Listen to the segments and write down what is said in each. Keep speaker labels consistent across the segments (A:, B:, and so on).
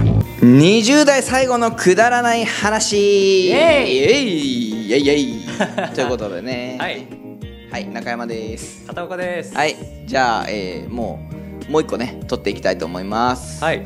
A: 20代最後のくだらない話
B: イエイ
A: イエイイエイイエ イということでね
B: はい
A: はい中山です
B: 片岡です
A: はいじゃあ、えーもうもう一個ね取っていきたいと思います、
B: はい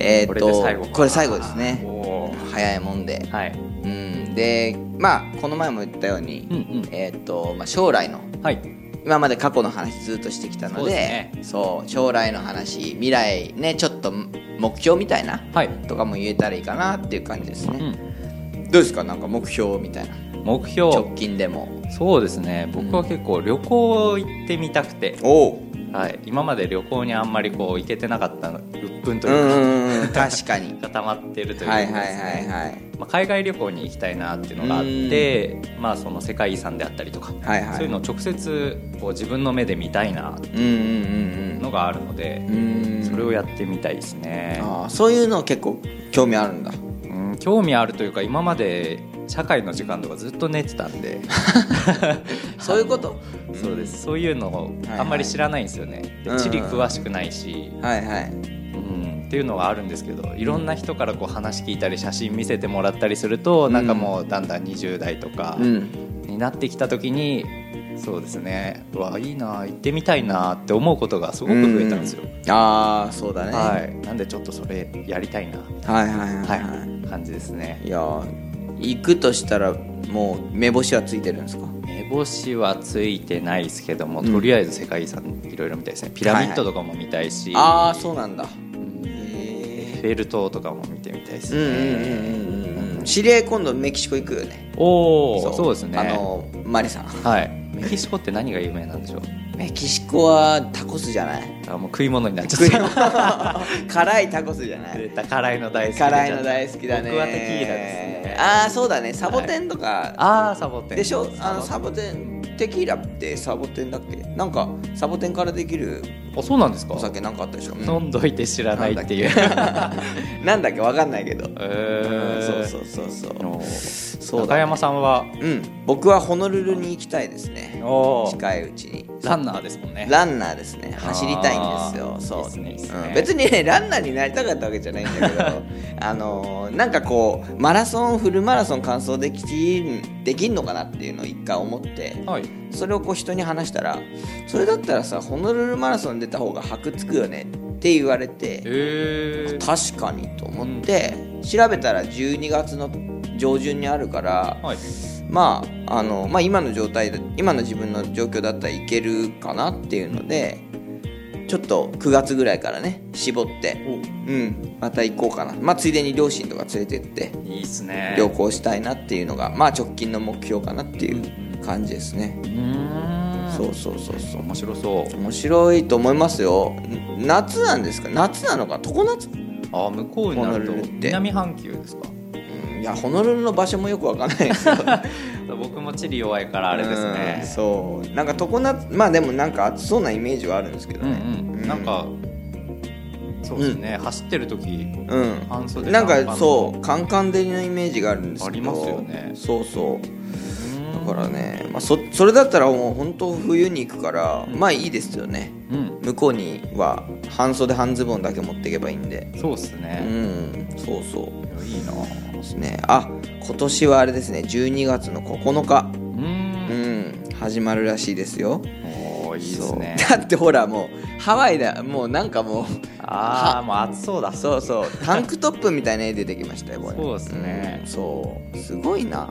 A: えーっと
B: これで最後か
A: これ最後ですね
B: おー
A: 早いもんで、
B: はい
A: うんでまあこの前も言ったように、
B: うんうん
A: えーっと、まあ、将来の
B: はい
A: 今まで過去の話ずっとしてきたの
B: そう
A: で
B: ですね
A: そう将来の話未来ねちょっと目標みたいな
B: はい
A: とかも言えたらいいかなっていう感じです
B: う
A: ね、
B: ん
A: どうですかなんか目標みたいな
B: 目標
A: 直近でも
B: そうですね僕は結構旅行行ってみたくて、
A: おう
B: はい、今まで旅行にあんまりこう行けてなかったの鬱憤と
A: うんう
B: いうか、
A: んうん確か に
B: が溜まってるというか
A: はい
B: です
A: はい
B: ね、
A: はいはい
B: まあ、海外旅行に行きたいなっていうのがあって、まあ、その世界遺産であったりとか、
A: はいはい
B: そういうのを直接こう自分の目で見たいなってい
A: うん
B: うのがあるので
A: うんうんう、んうん
B: それをやってみたいですね、
A: あーそういうの結構興味あるんだ
B: うん、興味あるというか今まで社会の時間とかずっと寝てたんで
A: そういうこと
B: そうですそういうのを
A: はいはい
B: あんまり知らないんですよね、
A: うんうん
B: で地理詳しくないし、
A: はいはい
B: うん、っていうのはあるんですけどいろんな人からこう話聞いたり写真見せてもらったりすると、
A: うん
B: なんかもうだんだん20代とか
A: うん
B: になってきた時に、そうですねうわいいな行ってみたいなって思うことがすごく増えたんですよ、
A: ああそうだね、
B: は、
A: はい
B: なんでちょっとそれやりたいな、
A: い、はいはいは、
B: はいい感じですね
A: い、やー行くとしたらもう目星はついてるんですか
B: 目星はついてないですけども、
A: うん
B: とりあえず世界遺産いろいろ見たいですねピラミッドとかも見たいし、
A: ああそうなんだ
B: うんエッ
A: へ
B: フェル塔とかも見てみたいで
A: えう
B: す
A: ん
B: ね、
A: うんうんうんうん知り合い今度メキシコ行くよね
B: おおそうですね
A: あのマリさん
B: はい、メキシコって何が有名なんでしょう
A: メキシコはタコスじゃない
B: あもう食い物になっちゃった
A: 辛いタコスじゃない
B: 出た 辛いの大好き
A: 辛いの大好きだね
B: 僕はテキーラですね
A: ああそうだねサボテンとか、
B: あーサボテン
A: でしょあのサ
B: サボ
A: ボテンテキーラってサボテンだっけなんかサボテンからできる
B: あそうなんですか
A: お酒なんかあったでしょ、うん
B: 飲んどいて知らないっていう
A: なんだっけわかんないけど、
B: え
A: うん
B: ー
A: そうそうそう
B: あの
A: そうだね
B: 中山さんは
A: そううん僕はホノルルに行きたいですね
B: おー
A: 近いうちに
B: ランナーですもんね
A: ランナーですね走りたいんですよ
B: あー
A: そう
B: いいっすねいいっすね
A: うん別にねランナーになりたかったわけじゃないんだけ どあのーなんかこうマラソンフルマラソン完走できんできんのかなっていうのを一回思って
B: はい
A: それをこう人に話したらそれだったらさホノルルマラソン出た方が箔つくよねって言われて
B: えー
A: 確かにと思って調べたら12月の上旬にあるから
B: はい
A: まああのまあ、今の状態で今の自分の状況だったらいけるかなっていうのでちょっと9月ぐらいからね絞って、うん、また行こうかな、まあ、ついでに両親とか連れてって
B: いいっすね
A: 旅行したいなっていうのが、まあ、直近の目標かなっていう感じですね、
B: うーん
A: そうそうそうそう
B: 面白そう
A: 面白いと思いますよん夏なんですか夏なのか常夏、
B: あー向こうになると
A: ホノルルって
B: 南半球ですか
A: うん、いやホノルルの場所もよくわかんないですよ
B: 僕も地理弱いからあれです
A: うん
B: ね
A: そうなんか常夏まあでもなんか暑そうなイメージはあるんですけど
B: うん
A: ね、
B: うんなんかそうですね走ってる時
A: うん
B: 半袖
A: なん
B: 短パ
A: か
B: ン
A: そうカンカン照りのイメージがあるんですけど
B: ありますよね
A: そうそうだからね、まあ、そそれだったらもう本当冬に行くから、まあいいですよね
B: うん
A: 向こうには半袖半ズボンだけ持っていけばいいんで
B: そうです
A: う
B: ね
A: んそうそう
B: いいな
A: ですねあ今年はあれですね12月の9日
B: う
A: うんん始まるらしいですよ
B: おーいいですね
A: そうだってほらもうハワイだもうなんかもう
B: ああもう暑そうだ
A: そうそうタンクトップみたいな絵出てきましたよこれ
B: そうっすね
A: うんそうすごいな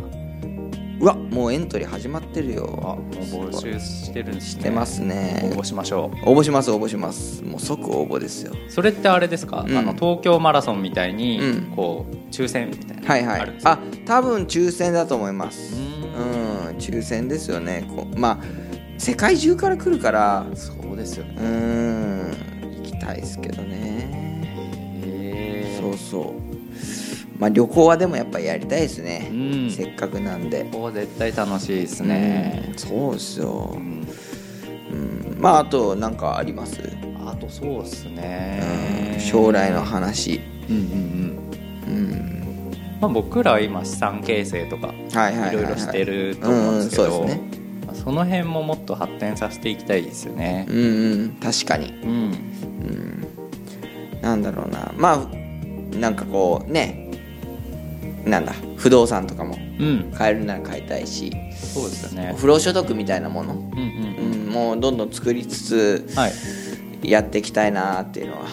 A: うわもうエントリー始まってるよ
B: あもう募集してるんですね
A: してますね
B: 応募しましょ
A: 応募します応募しますもう即応募ですよ
B: うそれってあれですかあ
A: うん
B: の東京マラソンみたいに
A: うん
B: こう抽選みたいな
A: はいは
B: あるん
A: い
B: ですか
A: あ多分抽選だと思います
B: う
A: うん抽選ですよねこうまあ世界中から来るから
B: そうですよね
A: うん行きたいですけどね
B: へ
A: そうそうまあ旅行はでもやっぱやりたいですね、
B: うん
A: せっかくなんで
B: えここ絶対楽しいですね
A: うんそうですよ
B: う、ん
A: うん、まああと何かあります、
B: あとそうっす
A: う
B: ね
A: ん将来の話
B: うんうんうん
A: うん
B: まあ僕らは今資産形成とか
A: はいはいはいいは
B: ろ
A: い
B: いろしてると思うんですけ
A: うん
B: ど
A: そうですね
B: まあその辺ももっと発展させていきたいですよね
A: うんうん確かに
B: うん
A: なんだろうなまあなんかこうねなんだ不動産とかも
B: うん
A: 買えるなら買いたいし
B: そうですよね
A: 不労所得みたいなもの、
B: うんうん
A: うん、もうどんどん作りつつ
B: はい
A: やっていきたいなっていうのは、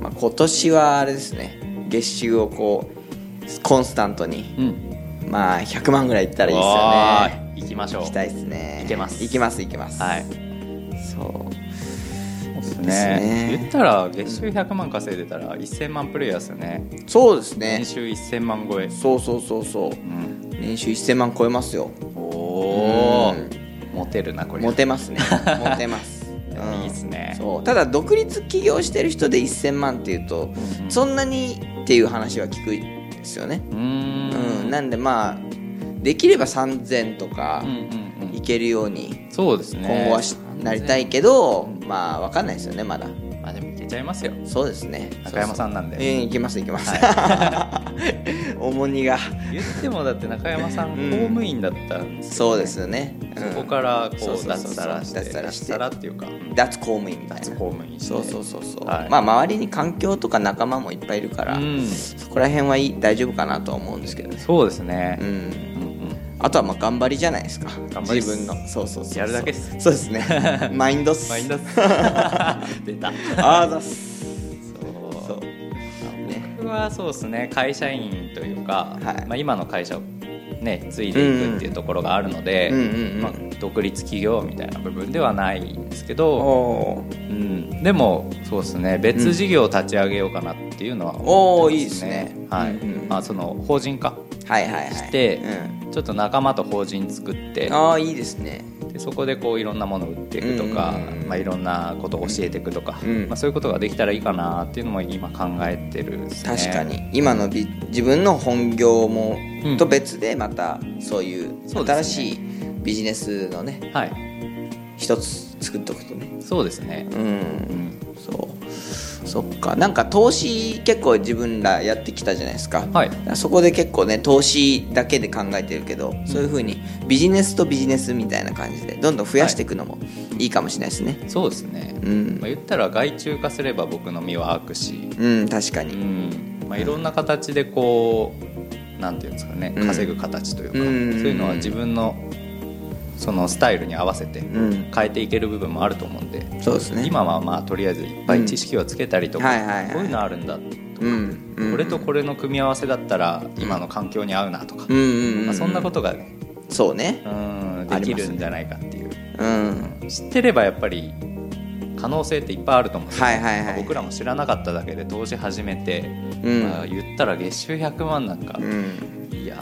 A: まあ、今年はあれですね月収をこうコンスタントに
B: うん
A: まあ100万ぐらいいったらいいです
B: わ
A: よね
B: ー行きましょう
A: 行きたいですね
B: いけます
A: 行きます行きます
B: はい
A: そう
B: そうです
A: ね
B: ね言ったら月収100万稼いでたら1000万プレイヤーですよね
A: そうですね
B: 年収1000万超え
A: そうそうそうそう
B: うん
A: 年収1000万超えますよ
B: お
A: う
B: お
A: ん
B: モテるなこれ
A: モテます ねモテます、うん
B: いいっすね
A: そうただ独立起業してる人で1000万っていうと、
B: うん
A: そんなにっていう話は聞くんですよね、
B: うー
A: うん
B: ん
A: なんでまあできれば3000とか
B: うんうんう
A: い
B: ん
A: けるように
B: そうですね
A: 今後はし、なりたいけど、まあわかんないですよねまだ
B: まあでもいけちゃいますよ
A: そうですね
B: 中山さんなん
A: そ
B: で
A: うそうええいけますいけます、 重荷が
B: 言ってもだって中山さん
A: うん
B: 公務員だったんですよ
A: そうですよね、うん
B: そこから
A: そ
B: こ
A: うそう
B: う
A: そうそう
B: 脱サラして
A: 脱サラして
B: っていうか
A: 脱公務員みたいな
B: 脱公務員して
A: そうそうそうそう、
B: はい
A: まあ周りに環境とか仲間もいっぱいいるから、
B: うん
A: そこら辺はいい大丈夫かなとは思うんですけどね
B: そうです
A: う
B: ね
A: ん
B: うんうん
A: あとはまあ頑張りじゃないですか
B: 頑張り
A: 自
B: っす
A: 分のそうそうそうそう
B: やるだけっす
A: そうです ねマインドっす
B: マインド 出た
A: ああだっす
B: そ
A: そう
B: う
A: ね
B: 僕はそうですね会社員というか、
A: はい
B: まあ、今の会社をね継いでいくっていうところがあるので、
A: うんうんうん
B: まあ、独立起業みたいな部分ではないんですけど、
A: おー
B: うん、でもそうですね別事業を立ち上げようかなっていうのは
A: お
B: 思
A: ー
B: って
A: いい
B: ま
A: です
B: す
A: ね
B: ねはい
A: うんうん
B: まあ、その法人化
A: はいはいはい
B: して
A: うん
B: ちょっと仲間と法人作って
A: ああいいですね
B: でそこでこういろんなものを売っていくとか、
A: うんうんうん
B: まあ、いろんなことを教えていくとか、
A: うん
B: まあ、そういうことができたらいいかなっていうのも今考えてるっすね
A: 確かに今のび自分の本業も、
B: うん
A: と別でまたそういう
B: そう
A: 新
B: ですね
A: しいビジネスのね
B: はい
A: 一つ作っとくとね
B: そうですね
A: うん
B: うん
A: そうそっかなんか投資結構自分らやってきたじゃないですか、
B: はい
A: そこで結構ね投資だけで考えてるけど、そういうふうにビジネスとビジネスみたいな感じでどんどん増やしていくのもいいかもしれないですね、
B: そうですね、
A: うん
B: まあ、言ったら外注化すれば僕の身は開くし、
A: うん確か
B: う
A: に
B: んまあ、いろんな形でこうなんていうんですかね
A: うん
B: 稼ぐ形というか、
A: うん
B: そういうのは自分のそのスタイルに合わせて
A: うん
B: 変えていける部分もあると思うんで、
A: そうですね
B: 今はまあとりあえずいっぱい知識をつけたりと
A: うんはいはいはい
B: かこういうのあるんだ
A: うんうん
B: これとこれの組み合わせだったら今の環境に合うなとか、
A: うんうんうん、
B: まあ、そんなことがね
A: そうね
B: うん
A: あ
B: で
A: り
B: き
A: ますね
B: るんじゃないかっていう
A: うん
B: 知ってればやっぱり可能性っていっぱいあると思うんですよ
A: はいはいはい
B: まあ僕らも知らなかっただけで投資始めて、
A: うん
B: まあ、言ったら月収100万なんか、
A: うん
B: いや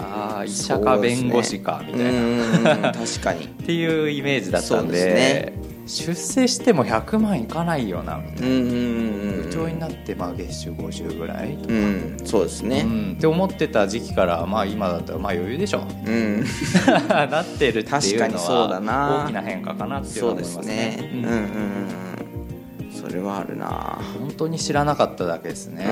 B: ー医者か弁護士かみたいな、
A: うん
B: っ
A: うんうん確かに
B: ていうイメージだったん
A: そうで
B: で出世しても100万いかないよなみたい
A: うんうんうん
B: な、
A: うん
B: 部長になってまあ月収50ぐらい、
A: うんそうです
B: う
A: ね
B: ん、って思ってた時期からまあ今だったらまあ余裕で しょ
A: うん
B: なってるっていう
A: 確かに
B: の
A: そうだな
B: は大きな変化かなっていうの
A: そう
B: は思
A: で
B: い
A: す
B: ますね
A: ねうんうんうんうんそれはあるな
B: うん本当に知らなかっただけです
A: う
B: ね、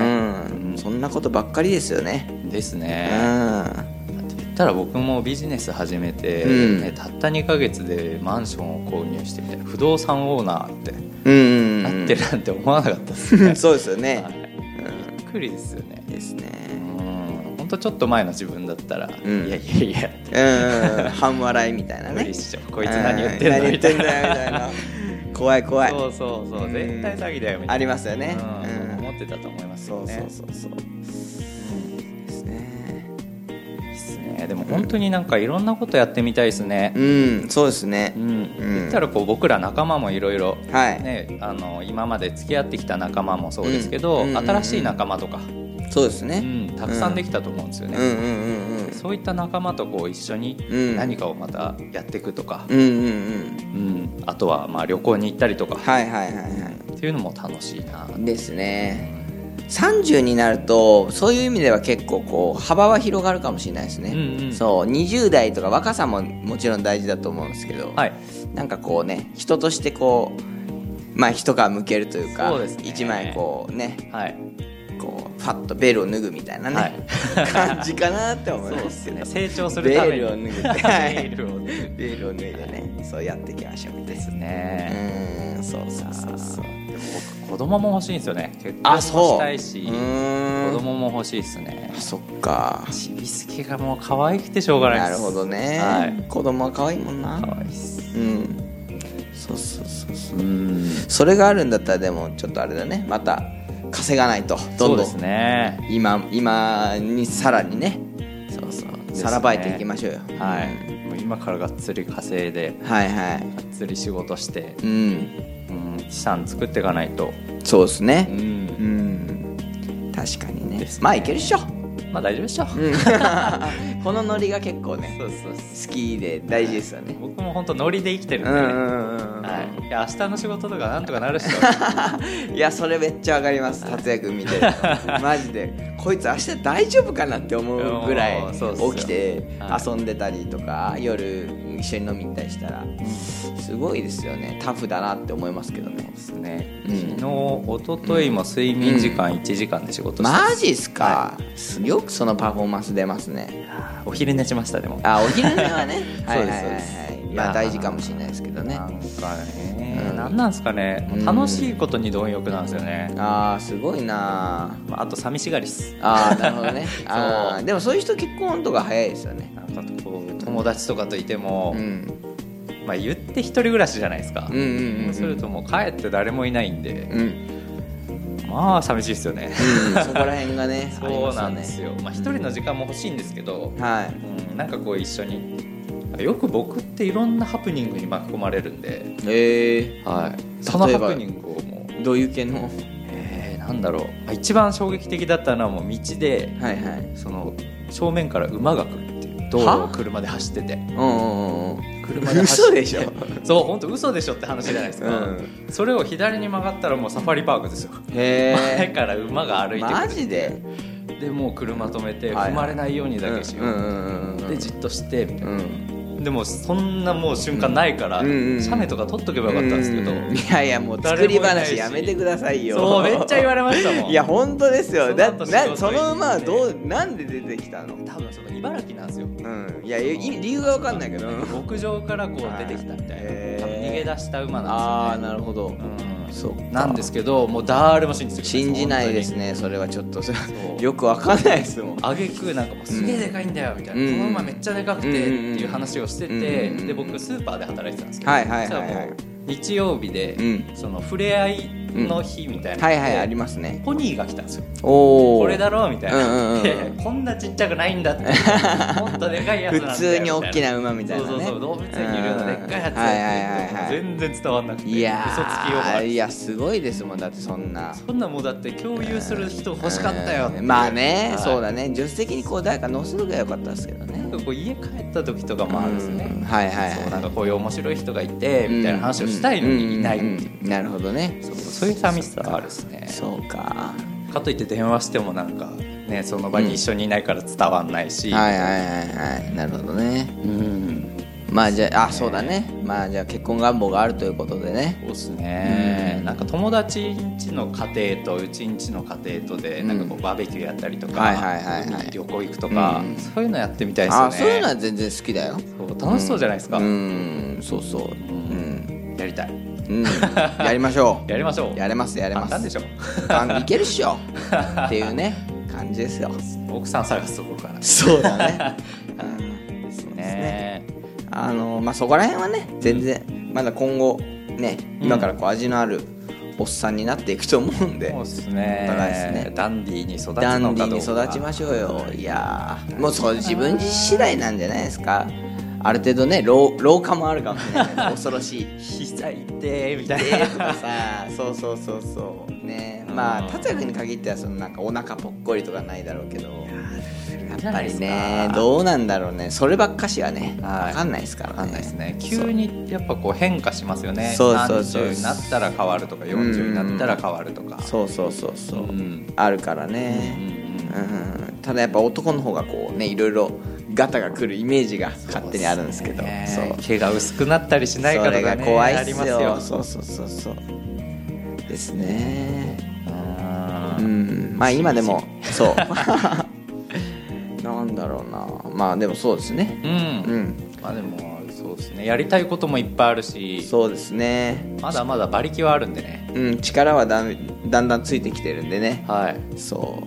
A: んそんなことばっかりですよね
B: です
A: う
B: ね、
A: ん
B: だって言ったら僕もビジネス始めて、
A: うん
B: ね、たった2ヶ月でマンションを購入してみたいな不動産オーナーって
A: うん
B: な
A: うん、
B: ってるなんて思わなかったです ね
A: そうですよね
B: はいびっくりですよね
A: です
B: う
A: ね
B: ん本当ちょっと前の自分だったら、
A: ん
B: いやいやいやって
A: うん半笑いみたいな
B: 無
A: ね
B: 理っしょこいつ何言ってん
A: う
B: の
A: 何言
B: み
A: ったてん
B: い
A: だ
B: な
A: よみたいな怖い怖い
B: そうそうそううん絶対詐欺だよみた
A: あ
B: いな
A: りますよね
B: うん
A: うん
B: 思ってたと思います
A: そ
B: よ
A: うそ
B: ね
A: うそうそう
B: うん
A: ですね
B: ですねでも本当になんかいろんなことやってみたいですね
A: うんそうですね
B: うん、言ったらこう僕ら仲間もいろいろ
A: はい
B: ね、あの今まで付き合ってきた仲間もそうですけ
A: う
B: ど、
A: んうんうんうん
B: 新しい仲間とか、
A: そうです
B: う
A: ね
B: ん、たくさんできたと思うんですよ
A: う
B: ね、
A: んうんうんうん
B: そういった仲間とこう一緒
A: うん
B: に何かをまたやっていくとか、
A: うんうんうん
B: うんあとはまあ旅行に行ったりとか、
A: はいはいはいはい
B: っていうのも楽しいな
A: ですね30になるとそういう意味では結構こう幅は広がるかもしれないですね、
B: うんうん
A: そう20代とか若さももちろん大事だと思うんですけど、
B: はい
A: なんかこうね人としてこうまあ一皮むけるというか
B: そうですね
A: 一枚こうね
B: はい
A: こうファッとベールを脱ぐみたいなね、
B: は
A: 感じかなって思い
B: そう
A: ま
B: ですす
A: けど
B: ね成長するために
A: ベールを脱ぐ
B: ベールを脱ぐ
A: ベールを脱いでねそうやっていきましょうみたい
B: で
A: な
B: すね
A: うーんそうそうそうそう
B: でも僕子供も欲しいんですよね結婚も
A: あそう
B: したいし
A: う
B: 子
A: ーん
B: 供も欲しいですね
A: そっか
B: ちびすけがもう可愛くてしょうがない
A: な
B: で
A: る
B: す
A: ほどね、
B: はい
A: 子供は可愛いもんな
B: 可愛いっす
A: うんそうそうそうそう
B: うん
A: それがあるんだったらでもちょっとあれだねまた稼がないと
B: そ
A: ど
B: うんで
A: ど
B: す
A: ん、
B: ね
A: 今今にさらにねそうそう
B: ね
A: さらばえていきましょうよ、
B: はい、もう今からがっつり稼いで
A: はいはい
B: がっつり仕事して、
A: うん
B: うん、資産作っていかないと、
A: そうです
B: う、
A: ねうんん確かにね
B: ですね
A: まあいけるっしょ、
B: まあ大丈夫でしょう、
A: うん このノリが結構ね
B: そうそうそう
A: 好きで大事ですよね
B: 僕も本当ノリで生きてるん
A: う
B: で、
A: ん
B: ね
A: うんうん、うん
B: はい、いや明日の仕事とかなんとかなるっしょ
A: いやそれめっちゃ上がります達也君見てる とマジでこいつ明日大丈夫かなって思うぐら
B: う
A: い
B: んそうっすよ
A: 起きて
B: はい
A: 遊んでたりとか夜一緒に飲み行ったりしたらすごいですよねタフだなって思いますけどね
B: ですね、
A: うん
B: 昨日一昨日も睡眠時間1時間で仕事して、
A: マジっすか、よくそのパフォーマンス出ますね
B: お昼寝しましたでも
A: あ お昼寝はねはいはいはい
B: そ
A: は
B: うですそうで
A: い
B: す
A: ま
B: いや
A: あ
B: ー
A: 大事かもしれないですけどね
B: なんかね、
A: うん
B: なんなんですかねもう楽しいことに貪欲なんですよね、
A: あーすごいな
B: まああと寂しがりっす
A: ああーなるほど ねあーでもそういう人結婚とか早いですよね
B: なんかこう友達とかといても
A: う、ん
B: まあ、言って一人暮らしじゃないですか、
A: うんうんうんうん
B: そうするともう帰って誰もいないんで、
A: うん
B: まあ寂しいですよ ね
A: うんそこら辺が ねあり
B: そ
A: ま
B: うなんです
A: す
B: よまあ、一人の時間も欲しいんですけど
A: ね、はい
B: うん、なんかこう一緒によく僕っていろんなハプニングに巻き込まれるんで、
A: え
B: はい、その
A: 例え
B: ハ
A: ば
B: プニングをもう
A: ー、どういう系の
B: えー、なんだろうまあ一番衝撃的だったのはもう道で
A: はいはい
B: その正面から馬が来るっていう道路を車で走ってて
A: うんうんうんうん
B: 車で走って
A: 嘘でしょ
B: そう本当嘘でしょって話じゃないですか、
A: うん
B: それを左に曲がったらもうサファリパークですよ
A: へ
B: 前
A: え
B: から馬が歩いて
A: マ
B: く
A: ジで
B: るでもう車止めて
A: はい
B: 踏まれないようにだけしよ
A: うんうんうん
B: う
A: うん
B: でじっとしてみたい
A: うん
B: なでもそんなもう瞬間ないから
A: うんうんうん
B: 写メとか撮っとけばよかったんですけど
A: うんいやいやもう作り話やめてくださいよ
B: そうめっちゃ言われましたもん
A: いや本当ですよだ
B: その後
A: な
B: 仕
A: そ
B: 事行って
A: の馬はどうなんで出てきたの
B: 多分その茨城なんですよ
A: うんいやいい理由がわかんないけどうん
B: 牧場からこう出てきたみたいな
A: へー
B: 多分逃げ出した馬
A: あ
B: な
A: あ
B: んで
A: なるほど
B: すよねうん
A: そう
B: なんですけどもう誰も信じてくれない
A: 信じないですねそれはちょっと それ
B: そう
A: よくわかんないですもん
B: あげくなんかもうすげえでかいんだよみたいな、
A: うん
B: この馬めっちゃでかくてっていう話をしてて、
A: うん
B: で僕スーパーで働いてたんですけど、
A: はいはいはいはい
B: 実はもう日曜日で、
A: うん
B: その触れ合いの日みたいなの
A: は
B: で、
A: いはいありますね
B: ポニーが来たんですよ
A: おお
B: これだろうみたいな、
A: うんうんうん
B: でこんなちっちゃくないんだって もっとでかいやつなんだよ
A: 普通に大きな馬み
B: み
A: たい
B: たい
A: な
B: な
A: ね
B: そうそうそう動物園にいるようなでっかいやつ
A: うんはいはいはいはい
B: 全然伝わんなくて
A: いや
B: 嘘つきようが
A: ー
B: ない
A: いやすごいですもんだってそんな
B: そんなもうだって共有する人欲しかったよって
A: うんまあね、
B: はい
A: そうだね助手席にこう誰か乗せとけばよかったですけどね
B: なんかこう家帰った時とかもあるんですね、
A: うんはいはいはい
B: そうなんかこういう面白い人がいてみたいな話をしたいのにいないっていう、
A: うんうんなるほどね
B: そうそういう寂しさはあるですね
A: そうか
B: かといって電話してもなんかねその場に一緒にいないから伝わんないし、
A: はいはいはいはいなるほどね
B: うん
A: まあじゃああそうだねまあじゃあ結婚願望があるということでね
B: そうですね、
A: うん
B: なんか友達ん家の家庭とうちん家の家庭とで
A: うん
B: なんかこうバーベキューやったりとか、
A: はいはいはいはい
B: 海旅行行くとか、
A: うん
B: そういうのやってみたいですよね
A: あそういうのは全然好きだよ
B: そう楽しそうじゃないですか、
A: うんそうそううん、
B: やりたい
A: うん、やりましょう
B: やりましょう
A: やれますやれま
B: 簡単
A: す
B: でしょ
A: あいけるっしょっていうね感じですよ
B: 奥さん探すところから
A: そうだね、うん
B: です
A: ねあのまあそこら辺はね全然まだ今後ね今からこう味のあるおっさんになっていくと思うんで、
B: そうですね
A: お互いっすね
B: ダンディーに育つのかどうか
A: ダンディーに育ちましょうよいやーもうそう自分次第なんじゃないですかある程度ね老老化もあるかもしれないけど 恐ろしい
B: 膝痛えみたい
A: で
B: な
A: とかさそうそうそうそうねまあ
B: うん
A: 達也君に限ってはそのなんかお腹ぽっこりとかないだろうけどやっ
B: じゃな
A: ぱ
B: いで
A: り
B: すか
A: ねどうなんだろうねそればっかしはね
B: はい
A: 分かんないですからね
B: わかんないですね急にやっぱこう変化しますよね
A: そうそうそう
B: 30になったら変わるとか40になったら変わるとか
A: そうそうそうそう、
B: うん
A: あるから
B: う
A: ね、
B: ん
A: うん、ただやっぱ男の方がこうねいろいろガタがくるイメージが勝手にあるんですけど
B: ね
A: そう,、
B: 毛が薄くなったりしないか
A: そ
B: と
A: れ
B: か
A: が
B: ね
A: 怖い
B: あ
A: っ
B: り
A: す
B: ま
A: よ
B: すよ
A: そうそうそうそうですね
B: あ
A: う
B: ー
A: んまあ今でもそう なんだろうなまあでもそうですね
B: うん
A: うん
B: まあでもそうですねやりたいこともいっぱいあるし
A: そうですね
B: まだまだ馬力はあるんでね
A: うん力はだんだんだんついてきてるんでね
B: はい
A: そ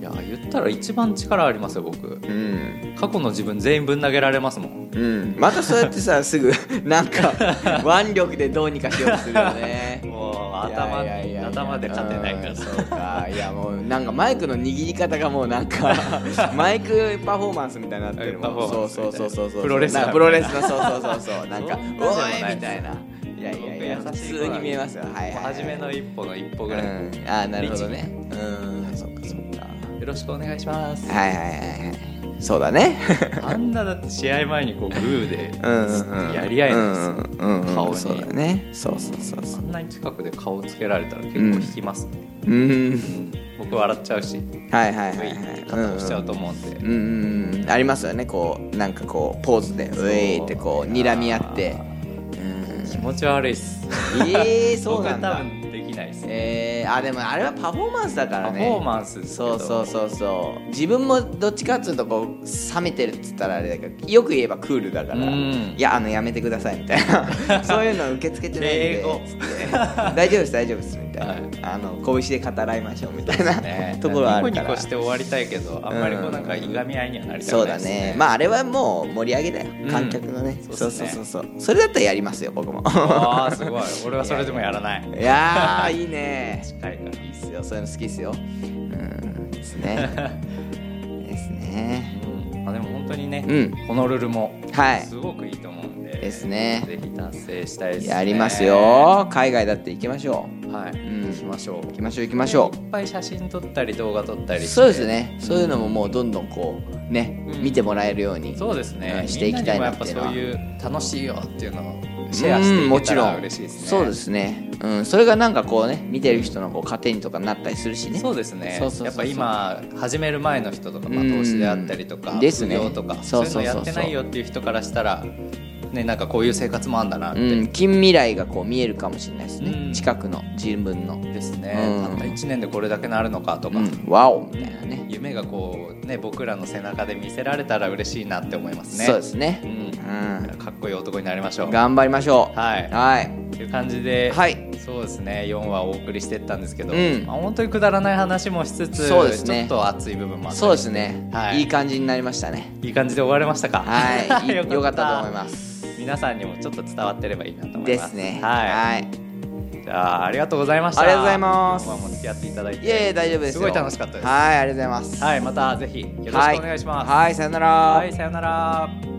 B: いや言ったら一番力ありますよ僕
A: ううん
B: 過去の自分全員ぶん投げられますもん
A: うんまたそうやってさすぐ なんか腕力でどうにかしようとするよね
B: もう 頭
A: いやいやいやいや
B: 頭で勝てないか
A: う
B: ら
A: んそうかいやもうなんかマイクの握り方がもうなん かマイクパフォーマンスみたいになってるも
B: パフォ
A: ん
B: ー
A: そ
B: マ
A: う
B: ンス
A: そうそうそうそう
B: プロレスラ
A: な
B: ー
A: んかプロレスのそうそうそうそうなんか
B: そんなでも
A: お
B: ない
A: いみたいないやいやいや普
B: 僕優しい子
A: 通に見えますよはいはい、はい、
B: 初めの一歩の一歩
A: う
B: ぐらい、よ
A: んああなるほどねうんそっかそっか
B: ろしくお願いします
A: はいはいはいはいそうだね
B: あんなだって試合前にこうグー
A: うんうんうん
B: でやり合いなんですよ、
A: うんうんうん
B: 顔に
A: そうだねそうそうそうそ
B: あ
A: うん
B: なに近くで顔つけられたら結構引きますね、
A: うん
B: 僕笑っちゃうし
A: はいはいはい
B: 肩
A: はい
B: 押しちゃうと思うんで、
A: うんうんうんありますよねこうなんかこうポーズで
B: そう
A: うえーってこう睨み合ってうん
B: 気持ち悪いっす
A: ええそうなん
B: 僕
A: だ
B: は多分できないっすね
A: えー、あでもあれはパフォーマンスだから
B: パフ
A: ね
B: ォーマンスですけ
A: そ
B: ど
A: うそうそうそう自分もどっちかっつうとこう冷めてるっつったらあれだけどよく言えばクールだから、
B: うん
A: いやあのやめてくださいみたい なそういうの受け付けてないん
B: 敬
A: で
B: 語
A: つって 大丈夫です大丈夫ですみたいな、
B: はい
A: あの拳で語らいましょうみたいな、
B: ね
A: ところはある
B: ニ
A: か
B: コニ
A: ら
B: コして終わりたいけどあんまりこうなんかいがみ合いにはなりた
A: そ
B: く
A: う
B: ない
A: だ
B: です
A: ね
B: ね
A: まああれはもう盛り上げだよ、
B: うん
A: 観客のねそ
B: そううっ
A: そ
B: す
A: う
B: ね
A: そうそうそれだったらやりますよ僕 も
B: わあすごい俺はそれでもやらない
A: いやーいいね
B: 近いから
A: いいっすよそういうの好きっすようんです ねですね
B: うん、あでも本当にね、
A: うん
B: このルールも
A: はい
B: すごくいいと思うんで、
A: ですね
B: ぜひ達成したいです、ね、
A: やりますよ海外だって行きましょう
B: はい、
A: うん
B: 行きましょう行
A: 行きましょう行きましょ
B: いっぱい写真撮ったり動画撮ったり
A: う
B: して
A: そうですねそういうのももうどんどんこうね、
B: うん
A: 見てもらえるように
B: そうですね、
A: うんしていきたいな
B: み
A: っ
B: ん
A: て
B: に
A: いう
B: も
A: のは
B: やっぱそういう楽しいよっていうのをシェアして
A: うん
B: い
A: も
B: け
A: ち
B: た
A: ろ
B: ら
A: ん
B: 嬉しいですね
A: そうですね、うん、それがなんかこうね見てる人のこう糧にとかなったりするしね
B: そうですね
A: そうそうそうそう
B: やっぱ今始める前の人とか、ま
A: う
B: あ、
A: ん
B: 投資であったりとか、
A: ですね
B: 副業とか
A: そ
B: そうう
A: そうそうそう
B: いうのやってないよっていう人からしたらねなんかこういう生活もあんだなって、
A: うん、近未来がこう見えるかもしれないですね、
B: うん
A: 近くの自分の、
B: ですね、
A: うん
B: たった1年でこれだけなるのかと
A: う
B: か、
A: ん、ワオみたいなね
B: 夢がこうね僕らの背中で見せられたら嬉しいなって思いますね
A: そうですね、
B: うん、かっこいい男になりましょ
A: う、
B: うん
A: 頑張りましょう
B: はい
A: はい
B: っていう感じで、
A: はい
B: そうですね4話をお送りしてったんですけど、
A: うん
B: まあ、本当にくだらない話もしつつ
A: そうですね
B: ちょっと熱い部分もあって
A: そうですね、、
B: はいい
A: い感じになりましたね
B: いい感じで終われましたか
A: はいいよかったと思い
B: す
A: ます
B: 皆さんにもちょっと伝わってればいいなと思います
A: ですね
B: はい、
A: はい
B: じゃあありがとうございました
A: ありがとうございます
B: 今日はもう付き合っていただいて
A: いえいえ大丈夫ですよ
B: すごい楽しかったです
A: はいありがとうございます
B: はいまたぜひよろしくお願いします
A: はい、はいさよなら
B: はい、さよなら